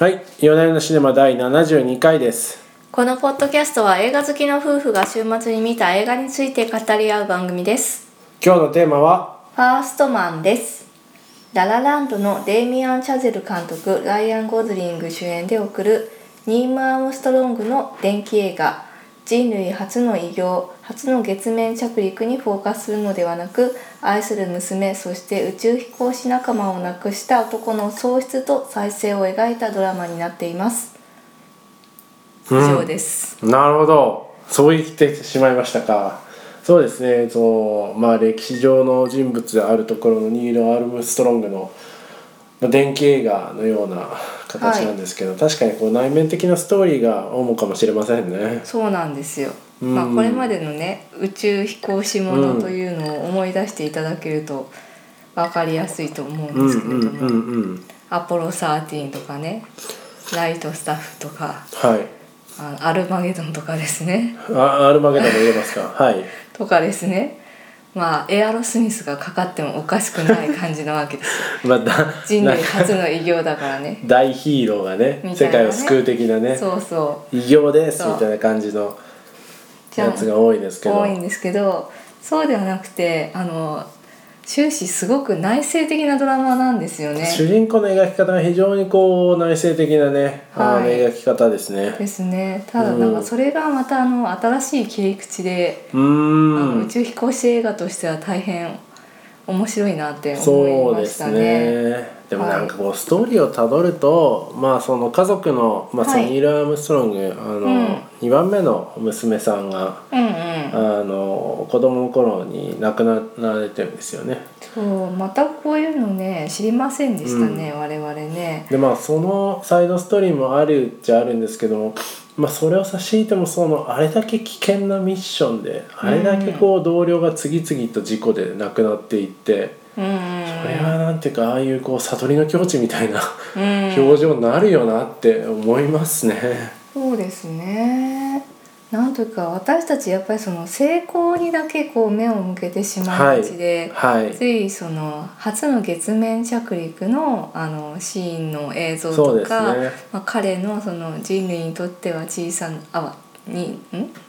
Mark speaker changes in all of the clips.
Speaker 1: はい夜な夜なシネマ第72回です
Speaker 2: このポッドキャストは映画好きの夫婦が週末に見た映画について語り合う番組です
Speaker 1: 今日のテーマは
Speaker 2: ファーストマンですララランドのデイミアン・チャゼル監督ライアン・ゴズリング主演で送るニーム・アームストロングの電気映画人類初の偉業初の月面着陸にフォーカスするのではなく愛する娘そして宇宙飛行士仲間を亡くした男の喪失と再生を描いたドラマになっています以上です、
Speaker 1: なるほどそう言ってしまいましたかそうですねそのまあ歴史上の人物であるところのニール・アルムストロングのまあ電気映画のような形なんですけど、確かにこう内面的なストーリーが主かもしれませんね
Speaker 2: そうなんですよ、
Speaker 1: うん
Speaker 2: まあ、これまでのね宇宙飛行士ものというのを思い出していただけると分かりやすいと思
Speaker 1: う
Speaker 2: うん
Speaker 1: ん
Speaker 2: で
Speaker 1: う
Speaker 2: すけれ
Speaker 1: ん
Speaker 2: ども、
Speaker 1: うんうん
Speaker 2: アポロ13とかねライトスタッフとか
Speaker 1: はい
Speaker 2: あアルマゲドンとかですね
Speaker 1: あアルマゲドンも入れますかはい
Speaker 2: とかですねまあエアロスミスがかかってもおかしくない感じなわけです
Speaker 1: ま
Speaker 2: よ
Speaker 1: あだ
Speaker 2: 人
Speaker 1: な
Speaker 2: 類初の偉業だからね
Speaker 1: 大ヒーローがね
Speaker 2: みたいなね
Speaker 1: 世界を救う的なね
Speaker 2: そうそう
Speaker 1: 偉業です
Speaker 2: そう
Speaker 1: みたいな感じの
Speaker 2: じゃ
Speaker 1: や
Speaker 2: あ
Speaker 1: つが多いですけど
Speaker 2: 多いんですけどそうではなくてあの終始すごく内省的なドラマなんですよね。
Speaker 1: 主人公の描き方が非常にこう内省的なね、あの
Speaker 2: はい
Speaker 1: 描き方ですね
Speaker 2: ですねただなん
Speaker 1: う
Speaker 2: か
Speaker 1: ん
Speaker 2: それがまたあの新しい切り口で、
Speaker 1: う
Speaker 2: あの
Speaker 1: ー
Speaker 2: 宇
Speaker 1: ん
Speaker 2: 宙飛行士映画としては大変面白いなって
Speaker 1: そ
Speaker 2: 思
Speaker 1: う
Speaker 2: いま
Speaker 1: で
Speaker 2: し
Speaker 1: す
Speaker 2: たね。
Speaker 1: ねでもなんかこうストーリーをたどると、まあその家族の、まあ、そ
Speaker 2: は
Speaker 1: の
Speaker 2: い
Speaker 1: ニール・アームストロング、あの
Speaker 2: うん
Speaker 1: 2番目の娘さんが
Speaker 2: うん
Speaker 1: あ
Speaker 2: うん、
Speaker 1: の子供の頃に亡くなられてるんですよね。
Speaker 2: そうまたこういうのね知りませんでしたね、我々ね。
Speaker 1: でまあそのサイドストーリーもあるっちゃあるんですけども、まあ、それを差し引いてもそのあれだけ危険なミッションであれだけこう同僚が次々と事故で亡くなっていって、
Speaker 2: うんうん
Speaker 1: これはなんていうかああいうこう悟りの境地みたいな
Speaker 2: うん、
Speaker 1: 表情になるよなって思いますね。
Speaker 2: そうですね。なんというか私たちやっぱりその成功にだけこう目を向けてしまいがちで、
Speaker 1: はい
Speaker 2: ついその初の月面着陸のあのシーンの映像
Speaker 1: そう
Speaker 2: と
Speaker 1: です
Speaker 2: か、
Speaker 1: ね。
Speaker 2: まあ、彼のその人類にとっては小さなあにん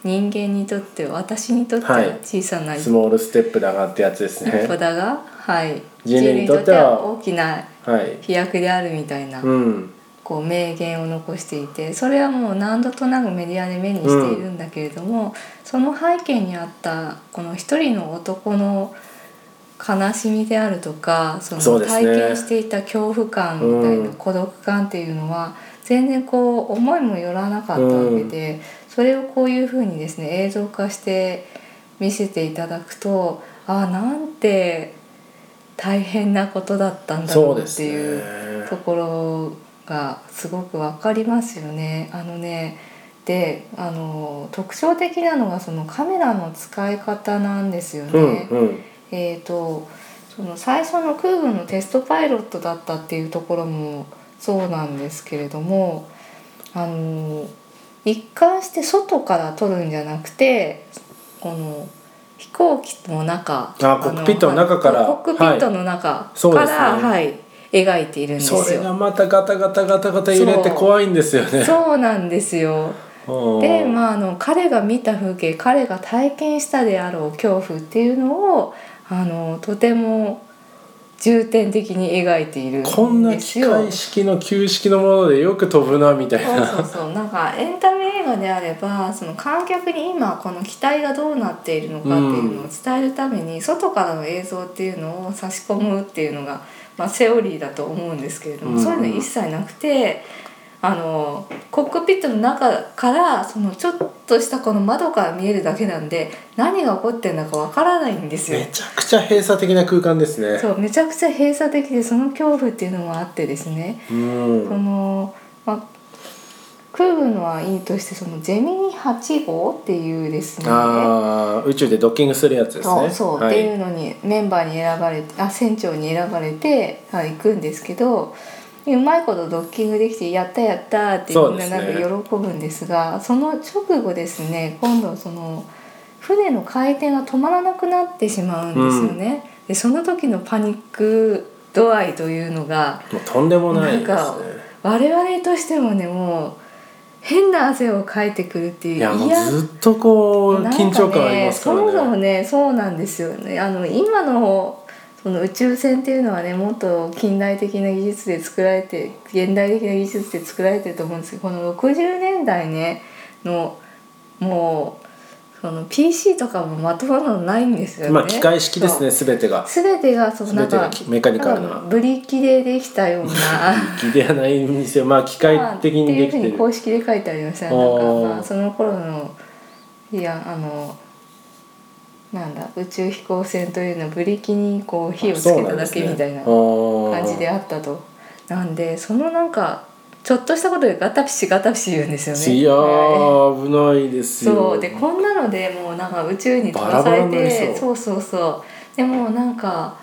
Speaker 2: 人間にとっては私にとっては小さな
Speaker 1: ス
Speaker 2: 一
Speaker 1: モールステップだなってやつです
Speaker 2: 歩
Speaker 1: ね。
Speaker 2: だが、はい、
Speaker 1: 人類にとっては
Speaker 2: 大きな
Speaker 1: はい。
Speaker 2: 飛躍であるみたいな。
Speaker 1: うん。
Speaker 2: こう名言を残していてそれはもう何度となくメディアで目にしているんだけれども、その背景にあったこの一人の男の悲しみであるとかそ
Speaker 1: そう
Speaker 2: の
Speaker 1: ですね
Speaker 2: 体験していた恐怖感みたいな
Speaker 1: うん
Speaker 2: 孤独感っていうのは全然こう思いもよらなかったわけで、それをこういうふうにですね映像化して見せていただくとああなんて大変なことだったんだ
Speaker 1: そう
Speaker 2: ろう
Speaker 1: で
Speaker 2: っ
Speaker 1: す
Speaker 2: ていう。
Speaker 1: ね
Speaker 2: と。ころがすごくわかりますよね。あのねであの特徴的なのがそのカメラの使い方なんですよね。
Speaker 1: うんうん。
Speaker 2: えー、とその最初の空軍のテストパイロットだったっていうところもそうなんですけれどもあの一貫して外から撮るんじゃなくてこの飛行機の中
Speaker 1: あコックピットの中から
Speaker 2: コックピットの中
Speaker 1: そう
Speaker 2: か
Speaker 1: です
Speaker 2: ら、
Speaker 1: ね
Speaker 2: はい描いているんですよ。
Speaker 1: それがまたガタガタガタガタ揺れて
Speaker 2: そう
Speaker 1: 怖いんですよね。
Speaker 2: そうなんですよ
Speaker 1: うん
Speaker 2: でまああの彼が見た風景彼が体験したであろう恐怖っていうのをあのとても重点的に描いているんですよ。
Speaker 1: こんな機械式の旧式のものでよく飛ぶなみたい
Speaker 2: そう
Speaker 1: な。
Speaker 2: そうそうなんかエンタメ映画であればその観客に今この機体がどうなっているのかっていうのを伝えるために、外からの映像っていうのを差し込むっていうのが、まあ、セオリーだと思うんですけれども、
Speaker 1: うん
Speaker 2: そういうの一切なくてあのコックピットの中からそのちょっとしたこの窓から見えるだけなんで何が起こってるのかわからないんですよ
Speaker 1: め。ちゃくちゃ閉鎖的な空間ですね。
Speaker 2: そうめちゃくちゃ閉鎖的でその恐怖っていうのもあってですね、
Speaker 1: う
Speaker 2: そ
Speaker 1: ん。
Speaker 2: の、まあ、空軍のはいいとしてそのジェミニ8号っていうですね
Speaker 1: ああ宇宙でドッキングするやつです
Speaker 2: そ
Speaker 1: ね。
Speaker 2: うそう、
Speaker 1: は
Speaker 2: ってい
Speaker 1: い。
Speaker 2: うのにメンバーに選ばれてあ船長に選ばれて、はい、行くんですけどうまいことドッキングできて「やったやった」って
Speaker 1: そう
Speaker 2: みん
Speaker 1: です
Speaker 2: な
Speaker 1: ね
Speaker 2: なんか喜ぶんですがその直後ですね今度その船の回転が止まらなくなってしまうんですよね。でその時のパニック度合いというのが
Speaker 1: もうとんでもないです
Speaker 2: なんか
Speaker 1: ね。
Speaker 2: 我々としてもねもう変な汗をかいてくるっていう
Speaker 1: いやもう
Speaker 2: 嫌
Speaker 1: ずっとこう
Speaker 2: なんかね
Speaker 1: 緊張感ありますからね
Speaker 2: そもそもねそうなんですよねあの今のその宇宙船っていうのはねもっと近代的な技術で作られて現代的な技術で作られてると思うんですけどこの60年代ねのもうその PC とかもまともなのないんですよね。
Speaker 1: まあ機械式ですね全てが
Speaker 2: そう。全てがその
Speaker 1: 全
Speaker 2: なん
Speaker 1: てが
Speaker 2: か
Speaker 1: メカニカル
Speaker 2: なんか
Speaker 1: な
Speaker 2: ブリキでできたような。
Speaker 1: 機ではないにせよまあ機械的にでき
Speaker 2: まあっていうふう
Speaker 1: て
Speaker 2: に
Speaker 1: る
Speaker 2: 公式で書いてありましたねなん
Speaker 1: お
Speaker 2: か
Speaker 1: ー
Speaker 2: まあその頃のいやあのなんだ宇宙飛行船というのはブリキにこう火をつけただけみたいな感
Speaker 1: 感
Speaker 2: じであったとなんでそのなんかちょっとしたことでガタピシガタピシ言うんですよね
Speaker 1: いや
Speaker 2: はい
Speaker 1: ー危ないですよ
Speaker 2: そうでこんなのでもうなんか宇宙に飛ばさ
Speaker 1: バラバラ
Speaker 2: れ
Speaker 1: になりそ
Speaker 2: て
Speaker 1: う
Speaker 2: そうそうそうでもなんか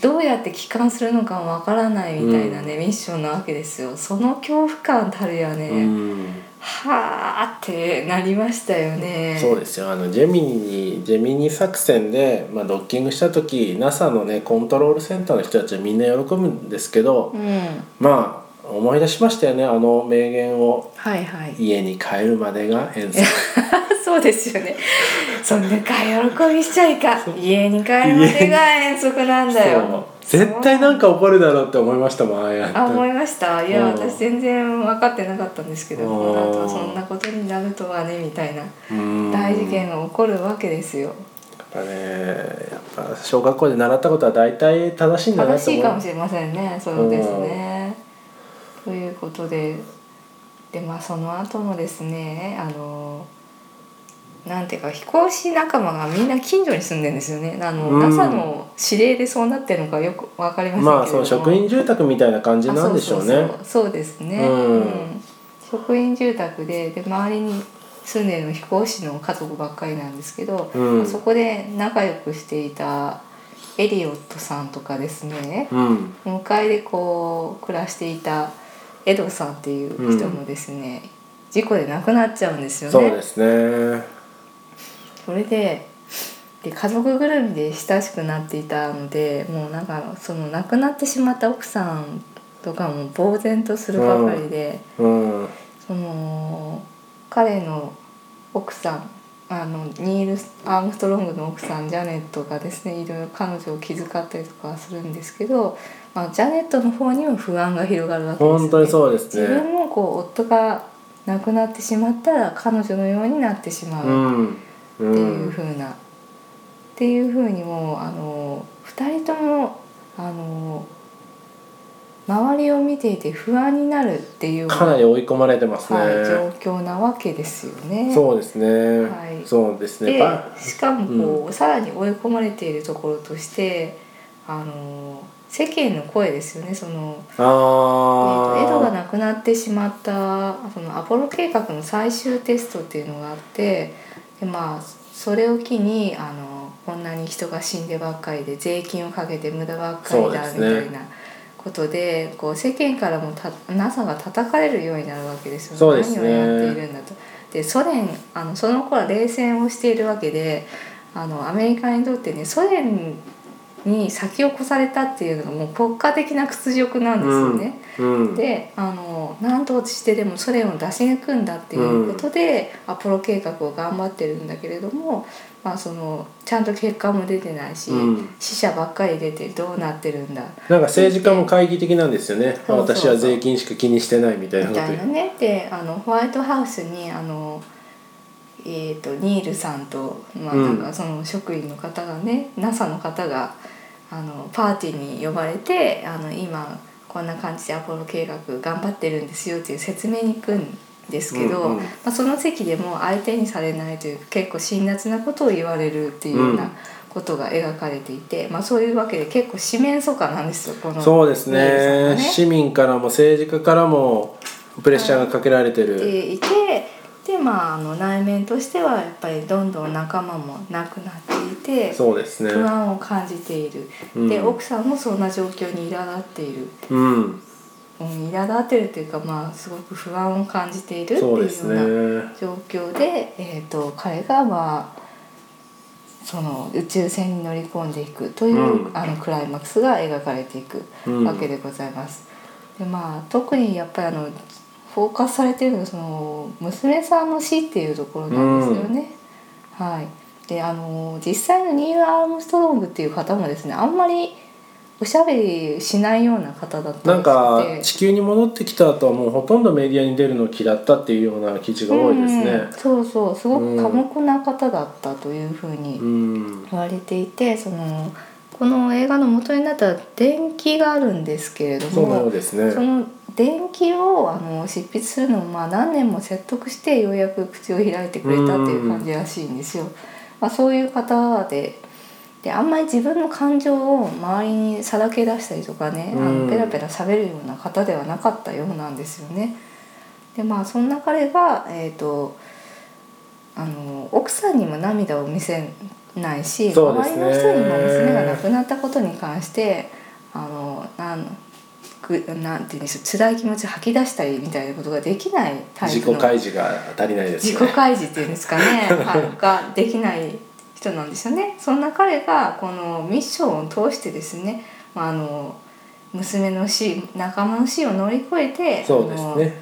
Speaker 2: どうやって帰還するのかもわからないみたいなね、ミッションなわけですよその恐怖感たるやね、
Speaker 1: うん
Speaker 2: はあってなりましたよね。
Speaker 1: そうですよあのジェミニジェミニ作戦で、まあ、ドッキングした時 NASA のねコントロールセンターの人たちはみんな喜ぶんですけど、
Speaker 2: うん、
Speaker 1: まあ思い出しましたよねあの名言を
Speaker 2: はいはい。
Speaker 1: 家に帰るまでが遠足
Speaker 2: そうですよね。そんなか喜びしちゃいかん。家に帰るまでが遠足なんだよ。
Speaker 1: そう絶対なん
Speaker 2: か。
Speaker 1: か怒るだろうって思いましたもんああやって
Speaker 2: あ思いましたいや
Speaker 1: うん
Speaker 2: 私全然分かってなかったんですけど
Speaker 1: うん
Speaker 2: この後そんなことになるとはねみたいな
Speaker 1: うん
Speaker 2: 大事件が起こるわけですよ
Speaker 1: やっぱねやっぱ小学校で習ったことは大体正しいんだな
Speaker 2: 正
Speaker 1: と
Speaker 2: し
Speaker 1: 思
Speaker 2: いうかもしれませんねそうですね。ということででまあその後もですねあのなんていうか飛行士仲間がみんな近所に住んでるんですよねあの、
Speaker 1: うん
Speaker 2: NASA の指令でそうなってるのかよく分かりませんけれども
Speaker 1: まあその職員住宅みたいな感じなんでしょうね
Speaker 2: あそうそうそうそうですね、
Speaker 1: うん
Speaker 2: 職員住宅でで周りに住んでるの飛行士の家族ばっかりなんですけど、
Speaker 1: うん
Speaker 2: そこで仲良くしていたエリオットさんとかですね、
Speaker 1: うん
Speaker 2: 向かいでこう暮らしていたエドさんっていう人もですね、事故で亡くなっちゃうんですよ
Speaker 1: そう
Speaker 2: ね
Speaker 1: で。すね
Speaker 2: それでで家族ぐるみで親しくなっていたのでもうなんかその亡くなってしまった奥さんとかも呆然とするばかりで、
Speaker 1: うん
Speaker 2: その彼の奥さんあのニール・アームストロングの奥さんジャネットがですねいろいろ彼女を気遣ったりとかはするんですけど、まあ、ジャネットの方にも不安が広がるわけですよね
Speaker 1: 本当にそうです
Speaker 2: 自
Speaker 1: ね
Speaker 2: 分もこう夫が亡くなってしまったら彼女のようになってしまう。
Speaker 1: うんう
Speaker 2: っていうん風な、っていう風にもうあの2人ともあの周りを見ていて不安になるっていうような
Speaker 1: かなり追い込まれてますね、
Speaker 2: はい、状況なわけですよね。
Speaker 1: そうですね、
Speaker 2: はい
Speaker 1: そうですね
Speaker 2: で
Speaker 1: ば
Speaker 2: しかもこう、さらに追い込まれているところとしてあの世間の声ですよねそのえーとエドが
Speaker 1: あ
Speaker 2: 亡くなってしまったそのアポロ計画の最終テストっていうのがあってでまあそれを機にあのこんなに人が死んでばっかりで税金をかけて無駄ばっかりだ
Speaker 1: そう
Speaker 2: み
Speaker 1: ですね
Speaker 2: たいなことでこう世間からもた NASA が叩かれるようになるわけですよね
Speaker 1: そうですね
Speaker 2: 何をやっているんだと。でソ連あのその頃は冷戦をしているわけであのアメリカにとってねソ連に先を越されたっていうのがもう国家的な屈辱なんですよね。
Speaker 1: ーうん
Speaker 2: であの何としてでもソ連を出し抜くんだっていうことで、アポロ計画を頑張ってるんだけれども、まあ、そのちゃんと結果も出てないし、
Speaker 1: うん
Speaker 2: 死者ばっかり出てどうなってるんだ
Speaker 1: なんか政治家も懐疑的なんですよね
Speaker 2: そうそうそう
Speaker 1: 私は税金しか気にしてないみたいなこ
Speaker 2: み
Speaker 1: と
Speaker 2: たいなねであのホワイトハウスにあの、えー、とニールさんと、まあ、
Speaker 1: うん
Speaker 2: なんかその職員の方がね、NASA の方があのパーティーに呼ばれてあの今こんな感じでアポロ計画頑張ってるんですよっていう説明に行くんですけど、
Speaker 1: うんうん
Speaker 2: まあ、その席でも相手にされないという結構辛辣なことを言われるっていうよう
Speaker 1: う
Speaker 2: なんことが描かれていて、まあ、そういうわけで結構四面楚歌なんですよこの
Speaker 1: そうです
Speaker 2: ニールさん
Speaker 1: ね
Speaker 2: がね
Speaker 1: 市民からも政治家からもプレッシャーがかけられてる、
Speaker 2: っていてでまああの内面としてはやっぱりどんどん仲間もなくなっていて
Speaker 1: そうですね
Speaker 2: 不安を感じている、
Speaker 1: うん
Speaker 2: で奥さんもそんな状況に苛立っている、
Speaker 1: うん
Speaker 2: うん、苛立ってるというかまあすごく不安を感じているっていう
Speaker 1: そう
Speaker 2: よ
Speaker 1: です
Speaker 2: うな
Speaker 1: ね
Speaker 2: 状況でえー、と彼がまあその宇宙船に乗り込んでいくという、
Speaker 1: うん
Speaker 2: あのクライマックスが描かれていく
Speaker 1: うん
Speaker 2: わけでございます。でまあ特にやっぱりあのフォーカスされてるのがその娘さんの死っていうところなんですよね。はい、であの実際のニール・アームストロングっていう方もですねあんまりおしゃべりしないような方だった
Speaker 1: なんから
Speaker 2: しく
Speaker 1: 地
Speaker 2: て
Speaker 1: 球に戻ってきた後はもうほとんどメディアに出るのを嫌ったっていうような記事が多いです
Speaker 2: うんう
Speaker 1: ね
Speaker 2: ん。そうそうすご
Speaker 1: う
Speaker 2: く
Speaker 1: ん
Speaker 2: 寡黙な方だったというふうに
Speaker 1: うん、
Speaker 2: 言われていてそのこの映画の元になった電気があるんですけれど
Speaker 1: そうのよ
Speaker 2: も
Speaker 1: うですね。
Speaker 2: その電気をあの執筆するのをまあ何年も説得してようやく口を開いてくれたっていう感じらしいんですよ。まあ、そういう方でであんまり自分の感情を周りにさらけ出したりとかねあ
Speaker 1: うん
Speaker 2: のペラペラ喋るような方ではなかったようなんですよね。でまあそんな彼が、えー、とあの奥さんにも涙を見せないし、
Speaker 1: そうで
Speaker 2: 周
Speaker 1: す
Speaker 2: り
Speaker 1: ね
Speaker 2: の人にも娘が亡くなったことに関してあのなんぐなんていうんです辛い気持ちを吐き出したりみたいなことができないタイ
Speaker 1: 自
Speaker 2: プの
Speaker 1: 己開示が足りないです
Speaker 2: 自
Speaker 1: ね。
Speaker 2: 己開示っていうん ですかね、はい、ができない人なんですよねそんな彼がこのミッションを通してですね、まあ、あの娘の死仲間の死を乗り越えて
Speaker 1: そうです
Speaker 2: あの
Speaker 1: ね。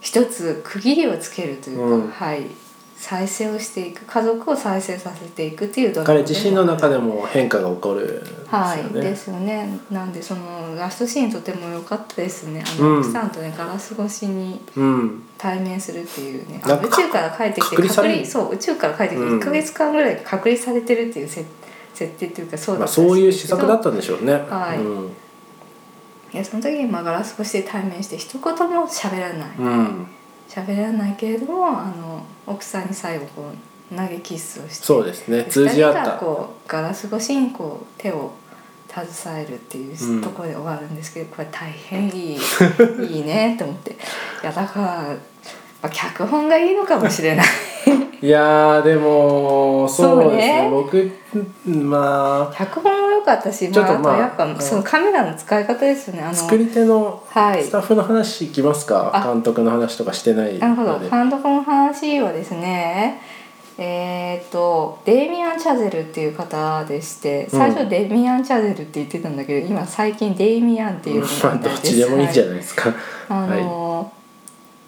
Speaker 2: 一つ区切りをつけるというか、
Speaker 1: うん
Speaker 2: はい、再生をしていく家族を再生させていくっていうドラマ
Speaker 1: 彼
Speaker 2: で
Speaker 1: 自身の中でも変化が起こるんです
Speaker 2: はい
Speaker 1: よ
Speaker 2: で
Speaker 1: ね。
Speaker 2: すよねなんでそのラストシーンとても良かったですねあの、
Speaker 1: うん
Speaker 2: 奥さんとねガラス越しに
Speaker 1: うん、
Speaker 2: 対面するっていうねあ
Speaker 1: なんか
Speaker 2: 宇宙から帰ってきて
Speaker 1: 隔離される
Speaker 2: そう宇宙から帰ってきて
Speaker 1: うん
Speaker 2: 1か月間ぐらい隔離されてるっていう設設定というかそう
Speaker 1: ま
Speaker 2: だ
Speaker 1: あ
Speaker 2: ったらしい
Speaker 1: そうい
Speaker 2: ん
Speaker 1: う
Speaker 2: です
Speaker 1: 施
Speaker 2: けど
Speaker 1: 策だったんでしょうね。
Speaker 2: はい
Speaker 1: うん、
Speaker 2: いやその時にまあガラス越しで対面して一言も喋らない
Speaker 1: うん、
Speaker 2: 喋らないけれどもあの奥さんに最後こう投げキッスをして
Speaker 1: そうですね。通じ合っ
Speaker 2: 二人が
Speaker 1: た。
Speaker 2: こうガラス越しにこう手を携えるってい
Speaker 1: うん
Speaker 2: うところで終わるんですけど、これ大変いいいいねと思っていやだから、まあ、脚本がいいのかもしれ ない
Speaker 1: いやーでもそうですね。僕ま
Speaker 2: 脚本も良かったし、
Speaker 1: ちょ
Speaker 2: ま
Speaker 1: っと
Speaker 2: あ、あと
Speaker 1: まあ
Speaker 2: やっぱ、
Speaker 1: うん
Speaker 2: そのカメラの使い方ですよね
Speaker 1: あ
Speaker 2: あの
Speaker 1: 作り手の
Speaker 2: はい
Speaker 1: スタッフの話いきますか、
Speaker 2: あ
Speaker 1: 監督の話とかしてない
Speaker 2: なるほど
Speaker 1: ので
Speaker 2: 監督の話はですねえー、とデイミアン・チャゼルっていう方でして最
Speaker 1: う
Speaker 2: 初
Speaker 1: ん
Speaker 2: デイミアン・チャゼルって言ってたんだけど、今最近デイミアンっていうの
Speaker 1: まあどっちでもいいんじゃないですか、
Speaker 2: あ
Speaker 1: は
Speaker 2: の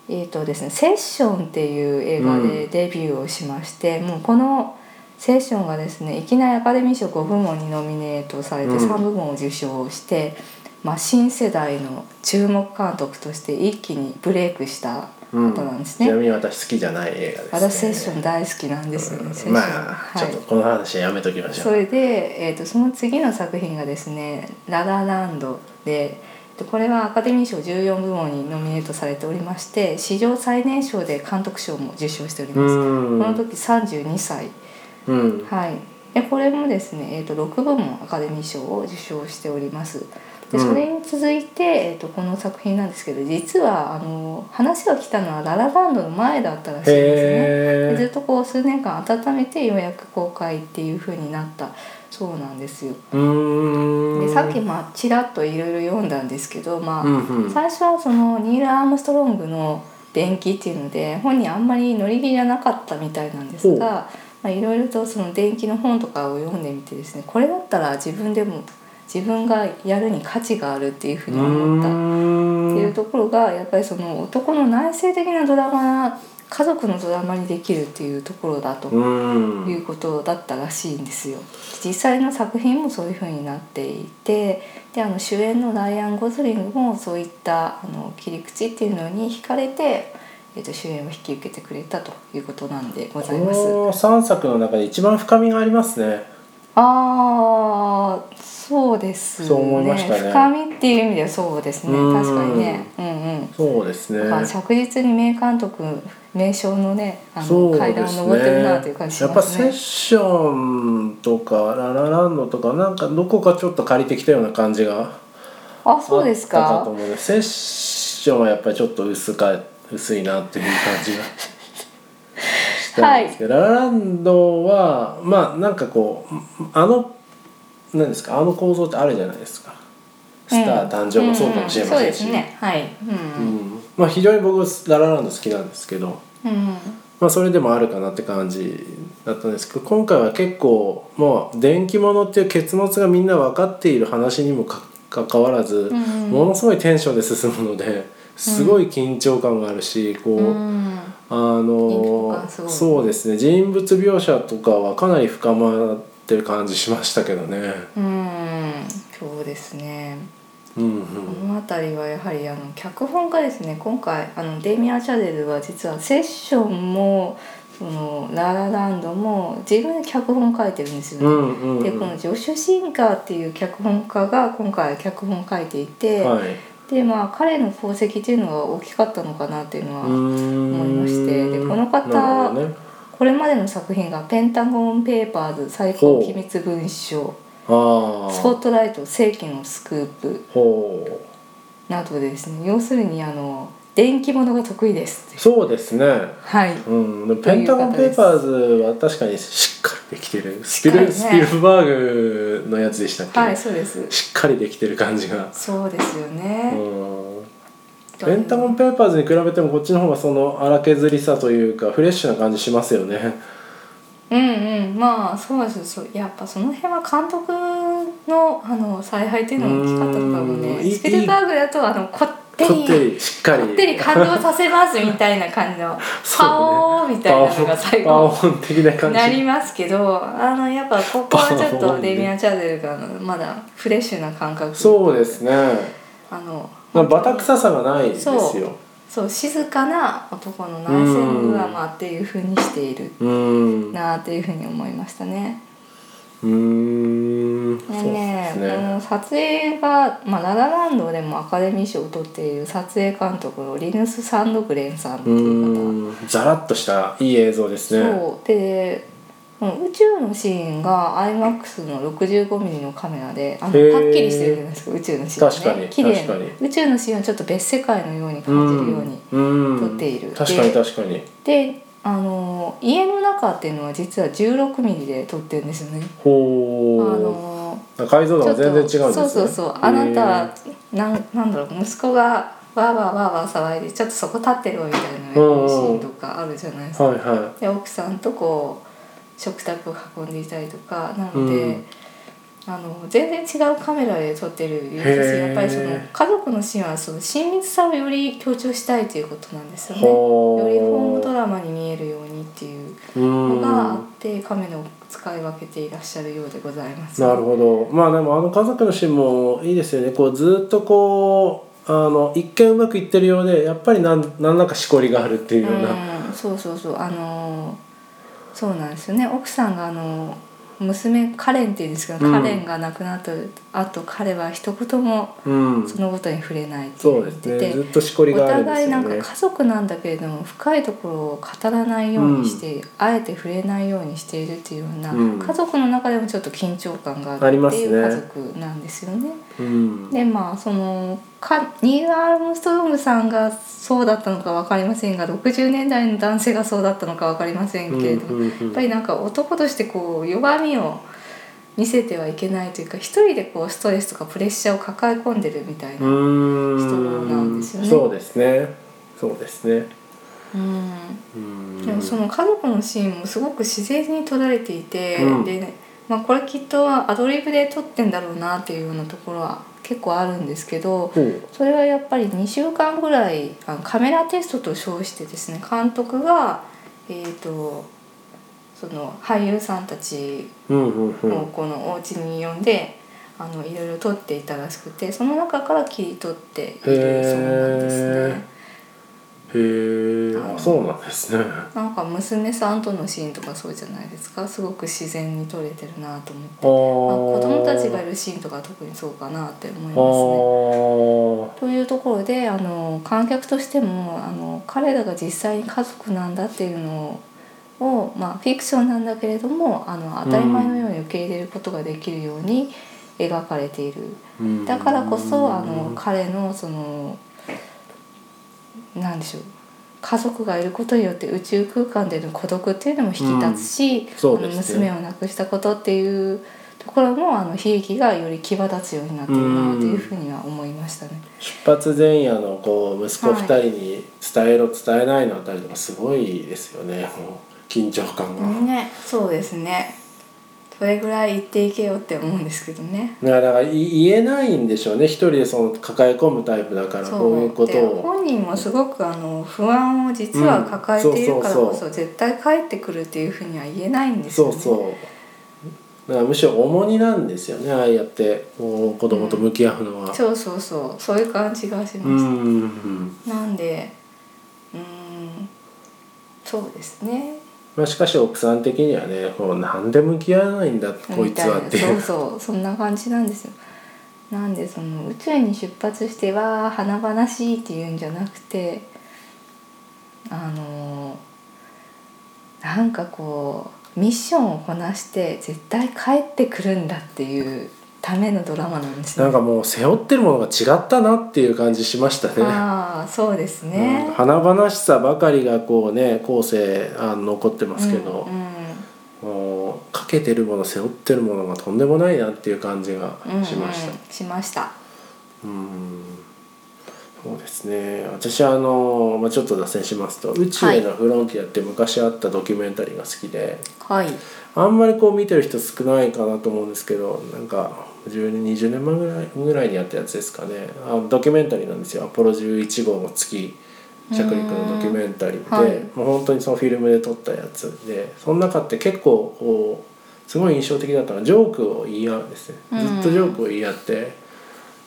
Speaker 2: えーとですね「セッション」っていう映画
Speaker 1: う
Speaker 2: で
Speaker 1: ん
Speaker 2: デビューをしまして、もうこの「セッション」がですねいきなりアカデミー賞5部門にノミネートされて
Speaker 1: うん
Speaker 2: 3部門を受賞して、まあ、新世代の注目監督として一気にブレイクした
Speaker 1: い、う
Speaker 2: 方
Speaker 1: ん
Speaker 2: なんです
Speaker 1: ち
Speaker 2: ね。
Speaker 1: なみに私好きじゃない映画です、ね、
Speaker 2: 私セッション大好きなんですよね。セッション
Speaker 1: まあ、
Speaker 2: はい
Speaker 1: ちょっとこの話はやめときましょ
Speaker 2: そうれで、えー、とその次の作品がですね「ラ・ラ・ランドで」でこれはアカデミー賞14部門にノミネートされておりまして史上最年少で監督賞も受賞しており
Speaker 1: う
Speaker 2: ます、
Speaker 1: ん
Speaker 2: この時32歳
Speaker 1: うん
Speaker 2: はいでこれもですね、えー、と6部門アカデミー賞を受賞しております
Speaker 1: う
Speaker 2: で
Speaker 1: ん
Speaker 2: それに続いて、えー、とこの作品なんですけど実はあの話が来たのは「ラ・ラ・ランド」の前だったらしいんですねでず
Speaker 1: へ
Speaker 2: っ
Speaker 1: え
Speaker 2: とこう数年間温めてようやく公開っていう風になったそうなんですよ。
Speaker 1: うん
Speaker 2: でさっきまあちらっといろいろ読んだんですけど、まあ
Speaker 1: うんうん
Speaker 2: 最初はそのニール・アームストロングの「電気」っていうので本にあんまり乗り気じゃなかったみたいなんですがまあいろいろとその電気の本とかを読んでみてですねこれだったら自分でも自分がやるに価値があるっていう風に思った
Speaker 1: うん
Speaker 2: っていうところがやっぱりその男の内省的なドラマ家族のドラマにできるっていうところだと
Speaker 1: うん
Speaker 2: いうことだったらしいんですよ実際の作品もそういう風になっていてであの主演のライアン・ゴズリングもそういったあの切り口っていうのに惹かれて、えっと主演を引き受けてくれたということなんでございます。
Speaker 1: この三作の中で一番深みがありますね
Speaker 2: ああそうですね
Speaker 1: そう思いましたね
Speaker 2: 深みっていう意味ではそうですね
Speaker 1: うん
Speaker 2: 確かにねうんうん
Speaker 1: そうですね
Speaker 2: だから着実に名監督名称のねあ
Speaker 1: そ
Speaker 2: の
Speaker 1: う
Speaker 2: 階
Speaker 1: で
Speaker 2: 段を
Speaker 1: す
Speaker 2: 登ってるなという感じし
Speaker 1: やっぱ
Speaker 2: ます
Speaker 1: セッ
Speaker 2: ね。
Speaker 1: ションとかララランドとかなんかどこかちょっと借りてきたような感じが
Speaker 2: あそうです
Speaker 1: あった
Speaker 2: か
Speaker 1: と思うのでセッションはやっぱりちょっと薄か薄いなっていう感じがしたんですけど、ララランドはまあなんかこうあの何ですかあの構造ってあるじゃないですかスター誕生もそうかもしれませんし、
Speaker 2: うんうんそうですねはいうん
Speaker 1: うんまあ非常に僕ララランド好きなんですけど
Speaker 2: うん
Speaker 1: まあそれでもあるかなって感じだったんですけど今回は結構もう電気物っていう結末がみんな分かっている話にもかかかわらず、
Speaker 2: んうん
Speaker 1: ものすごいテンションで進むのですごい緊張感があるし、こう、
Speaker 2: うん
Speaker 1: あの
Speaker 2: 臨場感すごい
Speaker 1: そうですね人物描写とかはかなり深まってる感じしましたけどね。
Speaker 2: うんそうですね
Speaker 1: うんう
Speaker 2: こ
Speaker 1: ん、
Speaker 2: の辺りはやはりあの脚本家ですね今回あのデイミアン・シャゼルは実はセッションもそのララランドも自分で脚本書いてるんですよね。
Speaker 1: うんうんうん、
Speaker 2: でこのジョシュ・シンカーっていう脚本家が今回脚本書いていて、
Speaker 1: はい、
Speaker 2: でまあ彼の功績っていうのは大きかったのかなっていうのは、
Speaker 1: 思
Speaker 2: いましてでこの方
Speaker 1: ね、
Speaker 2: これまでの作品が「ペンタゴン・ペーパーズ最高機密文書」
Speaker 1: あ
Speaker 2: 「
Speaker 1: あ
Speaker 2: スポットライト政権をスクープ
Speaker 1: ほ」
Speaker 2: などですね要するにあの電気物が得意です
Speaker 1: うそうですね
Speaker 2: はい
Speaker 1: うん、でペンタゴン・ペーパーズは確かにしっかりできてるスピル,、
Speaker 2: しっ
Speaker 1: ス
Speaker 2: かり
Speaker 1: ピ
Speaker 2: ね
Speaker 1: ルバーグのやつでしたっけ、
Speaker 2: はいそうです
Speaker 1: しっかりできてる感じが、
Speaker 2: そうですよ
Speaker 1: う
Speaker 2: ね、
Speaker 1: ん、ペンタゴン・ペーパーズに比べてもこっちの方がその荒削りさというかフレッシュな感じしますよね
Speaker 2: うんうんまあそうですそうやっぱその辺は監督のあの采配っていうのが大きかったのかも
Speaker 1: うーん
Speaker 2: ね
Speaker 1: いい
Speaker 2: スピルバーグだとあのこって
Speaker 1: こ
Speaker 2: り
Speaker 1: ってりしっかり
Speaker 2: こってり感動させますみたいな感じの
Speaker 1: そうね
Speaker 2: パオーみたいなのが最
Speaker 1: パオ
Speaker 2: 後
Speaker 1: ン的な感じ
Speaker 2: なりますけどあのやっぱここはちょっ
Speaker 1: パオー
Speaker 2: と
Speaker 1: ンね
Speaker 2: デミアン・チャーゼルがあのまだフレッシュな感覚
Speaker 1: そうですね
Speaker 2: あの
Speaker 1: なんかバタ臭さがないですよ
Speaker 2: そう静かな男の内戦ドラマっていう風にしている
Speaker 1: うん
Speaker 2: なっていう風に思いましたね。
Speaker 1: うーん、
Speaker 2: で
Speaker 1: そうで
Speaker 2: ね
Speaker 1: す
Speaker 2: こ
Speaker 1: ね。
Speaker 2: の撮影が、まあ、ララランドでもアカデミー賞を取っている撮影監督のリヌス・サンドグレンさんって
Speaker 1: う
Speaker 2: いう方
Speaker 1: ーん、ざらっとしたいい映像ですね。
Speaker 2: そうでこの宇宙のシーンが IMAX の 65mm のカメラであの
Speaker 1: へー
Speaker 2: はっきりしてるじゃないですか宇宙のシーンはね
Speaker 1: 確かに
Speaker 2: 綺麗な
Speaker 1: 確か
Speaker 2: 宇宙のシーンはちょっと別世界のように
Speaker 1: う
Speaker 2: 感じるように
Speaker 1: ん
Speaker 2: 撮っている
Speaker 1: うん確かに確かに。
Speaker 2: であの家の中っていうのは実は 16mm で撮ってるんですよねあ
Speaker 1: ほ
Speaker 2: の
Speaker 1: う。解像度
Speaker 2: ちょ
Speaker 1: が
Speaker 2: っと
Speaker 1: 全然違うんですね。
Speaker 2: そうそうそうあなたなんなんだろう息子がわーわーわーわー騒いでちょっとそこ立ってろみたいなシ
Speaker 1: うんうん
Speaker 2: ーンとかあるじゃないですか
Speaker 1: へーはいは
Speaker 2: で奥さんとこう食卓を囲んでいたりとかなので、
Speaker 1: うん
Speaker 2: あの全然違うカメラで撮ってる
Speaker 1: へ
Speaker 2: やつ
Speaker 1: ー
Speaker 2: やっぱりその家族のシーンはその親密さをより強調したいということなんですよ
Speaker 1: い。
Speaker 2: ね。よ
Speaker 1: ほ
Speaker 2: りホームドラマに見えるようにっていう
Speaker 1: うー
Speaker 2: の
Speaker 1: ん。
Speaker 2: があってカメラを使い分けていらっしゃるようでございます。
Speaker 1: なるほど。まあでもあの家族のシーンもいいですよね。こうずっとこうあの一見うまくいってるようでやっぱりなん何らかしこりがあるっていうような。
Speaker 2: うん、そうそうそうあのーそうなんですよね奥さんがあのー娘カレンっていうんですけど、
Speaker 1: うん
Speaker 2: カレンが亡くなった後彼は一言も
Speaker 1: うん。
Speaker 2: そのことに触れないって
Speaker 1: そう
Speaker 2: 言っ
Speaker 1: です
Speaker 2: て
Speaker 1: ね。
Speaker 2: て、
Speaker 1: ずっとしこり
Speaker 2: お
Speaker 1: があるんです
Speaker 2: 互
Speaker 1: よ
Speaker 2: い
Speaker 1: ね。
Speaker 2: なんか家族なんだけれども深いところを語らないようにして、あえて触れないようにしているっていうような、
Speaker 1: うん
Speaker 2: 家族の中でもちょっと緊張感があ
Speaker 1: あ
Speaker 2: る
Speaker 1: り
Speaker 2: っ
Speaker 1: ま
Speaker 2: て
Speaker 1: す
Speaker 2: い
Speaker 1: ね
Speaker 2: う家族なんですよね。
Speaker 1: うん。
Speaker 2: でまあそのかニール・アームストロングさんがそうだったのか分かりませんが60年代の男性がそうだったのか分かりませんけれど、
Speaker 1: うんうんうん
Speaker 2: やっぱりなんか男としてこう弱みを見せてはいけないというか一人でこうストレスとかプレッシャーを抱え込んでるみたいな、人なんですよね
Speaker 1: うーんそうですね。そうですね。
Speaker 2: うん
Speaker 1: うーん
Speaker 2: でもその家族のシーンもすごく自然に撮られていて、
Speaker 1: うん
Speaker 2: で、ねまあ、これきっとアドリブで撮ってんだろうなっていうようなところは結構あるんですけど
Speaker 1: ほう
Speaker 2: それはやっぱり2週間ぐらいあのカメラテストと称してですね監督が、えー、とその俳優さんたち
Speaker 1: うんうんう
Speaker 2: を
Speaker 1: ん。
Speaker 2: このお家に呼んで、あのいろいろ撮っていたらしくてその中から切り取っているそうなんで
Speaker 1: へ
Speaker 2: すね。
Speaker 1: ーへ
Speaker 2: あ
Speaker 1: え。
Speaker 2: の
Speaker 1: あ、そうなんですね。あ
Speaker 2: なんか娘さんとのシーンとかそうじゃないですかすごく自然に撮れてるなと思っ
Speaker 1: あ。
Speaker 2: て、ま
Speaker 1: 子
Speaker 2: あ、子供たちがいるシーンとか特にそうかなって思います
Speaker 1: あー
Speaker 2: ね。というところであの観客としてもあの彼らが実際に家族なんだっていうのを、まあ、フィクションなんだけれどもあの当たり前のように受け入れることができるように描かれている、
Speaker 1: うん
Speaker 2: だからこそあの彼のそのなんでしょう家族がいることによって宇宙空間での孤独っていうのも引き立つし、
Speaker 1: そう
Speaker 2: あの
Speaker 1: ですね
Speaker 2: 娘を亡くしたことっていうところもあの悲劇がより際立つようになってるなというふうには思いましたね。
Speaker 1: 出発前夜のこう息子
Speaker 2: はい
Speaker 1: 二人に伝えろ伝えないのあたりとかすごいですよね。もう緊張感が。
Speaker 2: ねそうですねそれぐらい言っていけよって思うんですけどね
Speaker 1: いやだからい言えないんでしょうね一人でその抱え込むタイプだからこういうこ
Speaker 2: そう
Speaker 1: と
Speaker 2: で
Speaker 1: を
Speaker 2: 本人もすごくあの不安を実は抱えているから
Speaker 1: うん
Speaker 2: こ
Speaker 1: そうそ
Speaker 2: そ絶対帰ってくるっていうふうには言えないんです
Speaker 1: そ
Speaker 2: よ
Speaker 1: う
Speaker 2: ね
Speaker 1: そうだからむしろ重荷なんですよねああやってこう子供と向き合うのは
Speaker 2: そうそうそうそういう感じがし
Speaker 1: う
Speaker 2: ま
Speaker 1: ん
Speaker 2: す、
Speaker 1: うん
Speaker 2: なんでうんそうですね
Speaker 1: まあ、しかし奥さん的にはねもう何で向き合わないんだこいつはって
Speaker 2: みた
Speaker 1: い
Speaker 2: な
Speaker 1: う
Speaker 2: そうそうそんな感じなんですよなんでその宇宙に出発しては華々しいっていうんじゃなくてあのなんかこうミッションをこなして絶対帰ってくるんだっていうためのドラマなんです
Speaker 1: なん
Speaker 2: ね。
Speaker 1: かもう背負ってるものが違ったなっていう感じしましたね。
Speaker 2: ああそうです
Speaker 1: うん
Speaker 2: ね。
Speaker 1: 華々しさばかりがこうね後世あの残ってますけど
Speaker 2: う、ん
Speaker 1: もうかけてるもの背負ってるものがとんでもないなっていう感じが
Speaker 2: うんうん
Speaker 1: しました。
Speaker 2: しました。
Speaker 1: うんそうですね私はあの、まあ、ちょっと脱線しますと「宇宙へのフロンティア」って昔あったドキュメンタリーが好きで。
Speaker 2: はい。
Speaker 1: あんまりこう見てる人少ないかなと思うんですけどなんか10年20年前ぐらいぐらいにやったやつですかねあドキュメンタリーなんですよ「アポロ11号の月着陸」のドキュメンタリーで
Speaker 2: うんはい
Speaker 1: もう本当にそのフィルムで撮ったやつでその中って結構こうすごい印象的だったのはジョークを言い合うんですねずっとジョークを言い合って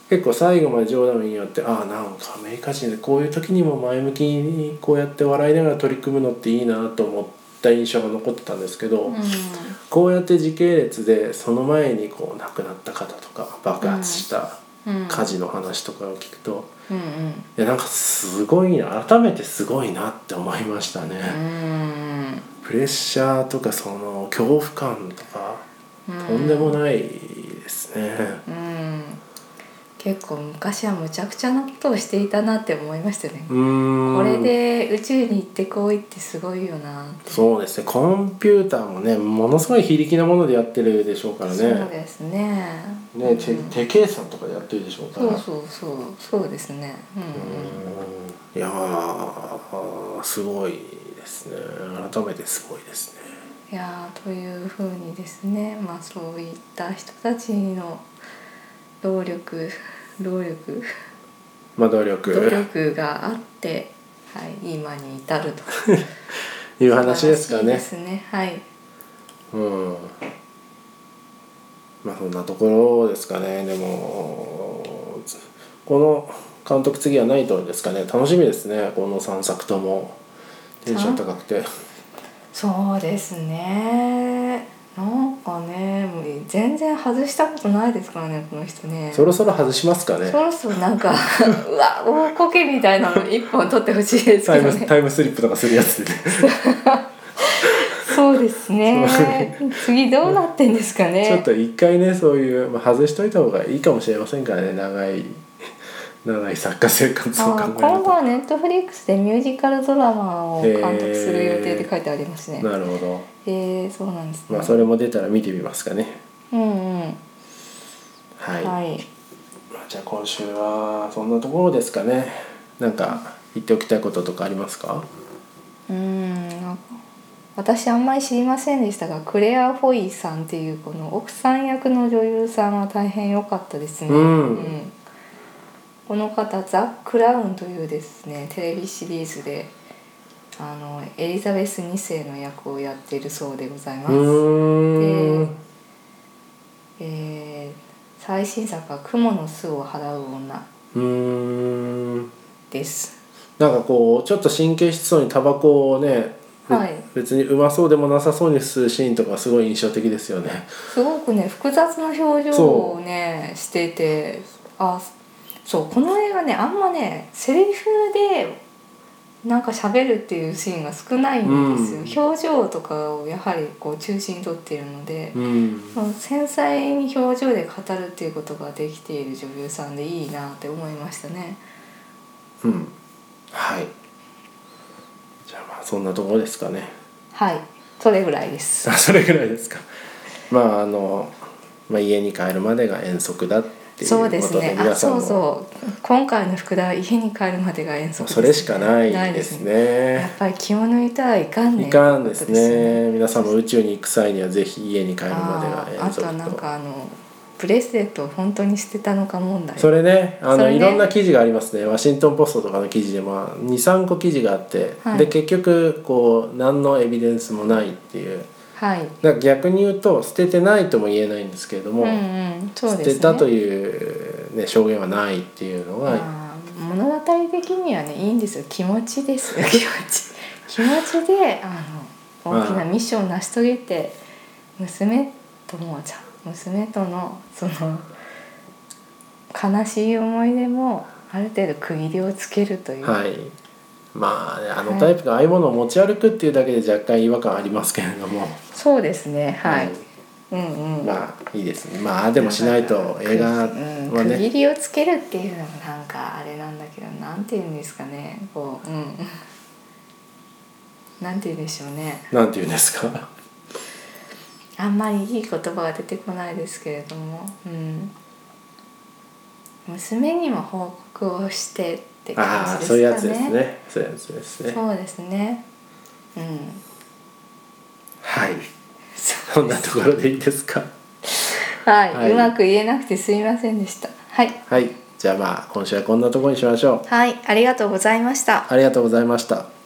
Speaker 1: 結構最後まで冗談を言い合ってああなんかアメリカ人でこういう時にも前向きにこうやって笑いながら取り組むのっていいなと思った印象が残ってたんですけど。
Speaker 2: うん
Speaker 1: こうやって時系列でその前にこう亡くなった方とか爆発した
Speaker 2: うん
Speaker 1: 火事の話とかを聞くと、
Speaker 2: うんうん。
Speaker 1: いやなんかすごいな改めてすごいなって思いましたね、
Speaker 2: うん
Speaker 1: プレッシャーとかその恐怖感とかとんでもないですね、
Speaker 2: うん結構昔はむちゃくちゃなことをしていたなって思いましたね、
Speaker 1: うーん
Speaker 2: これで宇宙に行ってこいってすごいよなって
Speaker 1: そうですねコンピューターもねものすごい非力なものでやってるでしょうからね
Speaker 2: そうですね
Speaker 1: ね、
Speaker 2: うん
Speaker 1: 手手計算とかでやってるでしょうから
Speaker 2: そうそうそうそうですねう
Speaker 1: い
Speaker 2: ん
Speaker 1: やーすごいですね改めてすごいですね
Speaker 2: いやーというふうにですねまあそういった人たちの労力労力
Speaker 1: まあ努力
Speaker 2: 努力があって、はい、今に至ると
Speaker 1: いう話ですかね
Speaker 2: 素晴らしいですねはい
Speaker 1: うんまあそんなところですかねでもこの監督次はナイトですかね楽しみですねこの3作ともテンション高くて
Speaker 2: そうですねなんかねもう全然外したことないですからねこの人ね
Speaker 1: そろそろ外しますかね
Speaker 2: そろそろなんか うわ大こけみたいなの一本取ってほしいです
Speaker 1: タ
Speaker 2: け
Speaker 1: イ
Speaker 2: ど
Speaker 1: ム
Speaker 2: ね
Speaker 1: タイムスリップとかするやつで
Speaker 2: そうですね次どうなってんですかね
Speaker 1: ちょっと一回ねそういう、まあ、外しといた方がいいかもしれませんからね長い 長い作家生活を考
Speaker 2: あ
Speaker 1: える
Speaker 2: 今後
Speaker 1: と
Speaker 2: はネットフリックスでミュージカルドラマを監督する予定って書いてありますね
Speaker 1: なるほど
Speaker 2: へえそうなんですね、
Speaker 1: まあそれも出たら見てみますかね
Speaker 2: うんうん
Speaker 1: はい、
Speaker 2: はい
Speaker 1: まあ、じゃあ今週はそんなところですかねなんか言っておきたいこととかありますか
Speaker 2: うーんなんか私あんまり知りませんでしたがクレア・フォイさんっていうこの奥さん役の女優さんは大変良かったですね、
Speaker 1: うん
Speaker 2: この方「ザ・クラウン」というですねテレビシリーズであのエリザベス2世の役をやっているそうでございうます、
Speaker 1: ーん
Speaker 2: えー最新作は「雲の巣を払う女
Speaker 1: うーん」
Speaker 2: です
Speaker 1: なんかこうちょっと神経質そうにタバコをね、べ
Speaker 2: はい
Speaker 1: 別にうまそうでもなさそうに吸うシーンとかすごい印象的ですよね
Speaker 2: すごくね複雑な表情をねしててあそうこの映画ねあんまねセリフでなんか喋るっていうシーンが少ないんですよ、表情とかをやはりこう中心にとっているので、
Speaker 1: うん
Speaker 2: その繊細に表情で語るっていうことができている女優さんでいいなって思いましたね
Speaker 1: うんはいじゃあまあそんなところですかね
Speaker 2: はいそれぐらいです
Speaker 1: あそれぐらいですかまああの、まあ、家に帰るまでが遠足だってっていう
Speaker 2: そう
Speaker 1: こと
Speaker 2: で
Speaker 1: です
Speaker 2: ねあ
Speaker 1: 皆さん
Speaker 2: そ
Speaker 1: も
Speaker 2: うそう今回の福田は家に帰るまでが遠足です
Speaker 1: それしかないです
Speaker 2: ないや
Speaker 1: ね
Speaker 2: っぱり気を抜いたらいかんね
Speaker 1: いかんで
Speaker 2: っ
Speaker 1: す
Speaker 2: てことよ
Speaker 1: ね皆さんも宇宙に行く際にはぜひ家に帰るま
Speaker 2: あ
Speaker 1: で
Speaker 2: ー
Speaker 1: が
Speaker 2: あ
Speaker 1: 遠足
Speaker 2: と
Speaker 1: と
Speaker 2: はなんかあのブレスレットを本当に捨てたのか問題
Speaker 1: それねあ
Speaker 2: そ
Speaker 1: の
Speaker 2: れね
Speaker 1: いろんな記事がありますねワシントン・ポストとかの記事で、まあ、23個記事があって、
Speaker 2: はい
Speaker 1: で結局こう何のエビデンスもないっていう
Speaker 2: はい
Speaker 1: だから逆に言うと捨ててないとも言えないんですけれど
Speaker 2: う
Speaker 1: も、
Speaker 2: んうんそう
Speaker 1: 捨
Speaker 2: ですね
Speaker 1: てたという、ね、証言はないっていうのが、
Speaker 2: まあ物語的にはねいいんですよ気持ちで すよ気持ち気持ちであの大きなミッションを成し遂げて娘ともちゃん娘とのその悲しい思い出もある程度区切りをつけるという、
Speaker 1: はいまあねあのタイプがああいうものを持ち歩くっていうだけで若干違和感ありますけれども、
Speaker 2: そうですねはい、
Speaker 1: はい
Speaker 2: うんうん
Speaker 1: まあいいですねまあでもしないと映画は
Speaker 2: うん区切
Speaker 1: ね
Speaker 2: りをつけるっていうのもなんかあれなんだけどなんていうんですかねこううん なんて言うんでしょうね
Speaker 1: なんて言うんですか
Speaker 2: あんまりいい言葉が出てこないですけれども、うん、娘にも報告をしてって
Speaker 1: あ
Speaker 2: 感
Speaker 1: あ
Speaker 2: じ
Speaker 1: そういう
Speaker 2: で
Speaker 1: やつ
Speaker 2: すか
Speaker 1: です
Speaker 2: ね
Speaker 1: ねそういうやつですね
Speaker 2: そうですねうん
Speaker 1: はい
Speaker 2: そ
Speaker 1: そんなところでいいですか
Speaker 2: はい、
Speaker 1: はいう
Speaker 2: まく言えなくてすみませんでしたはい
Speaker 1: はいじゃあまあ今週はこんなところにしましょう
Speaker 2: はいありがとうございました
Speaker 1: ありがとうございました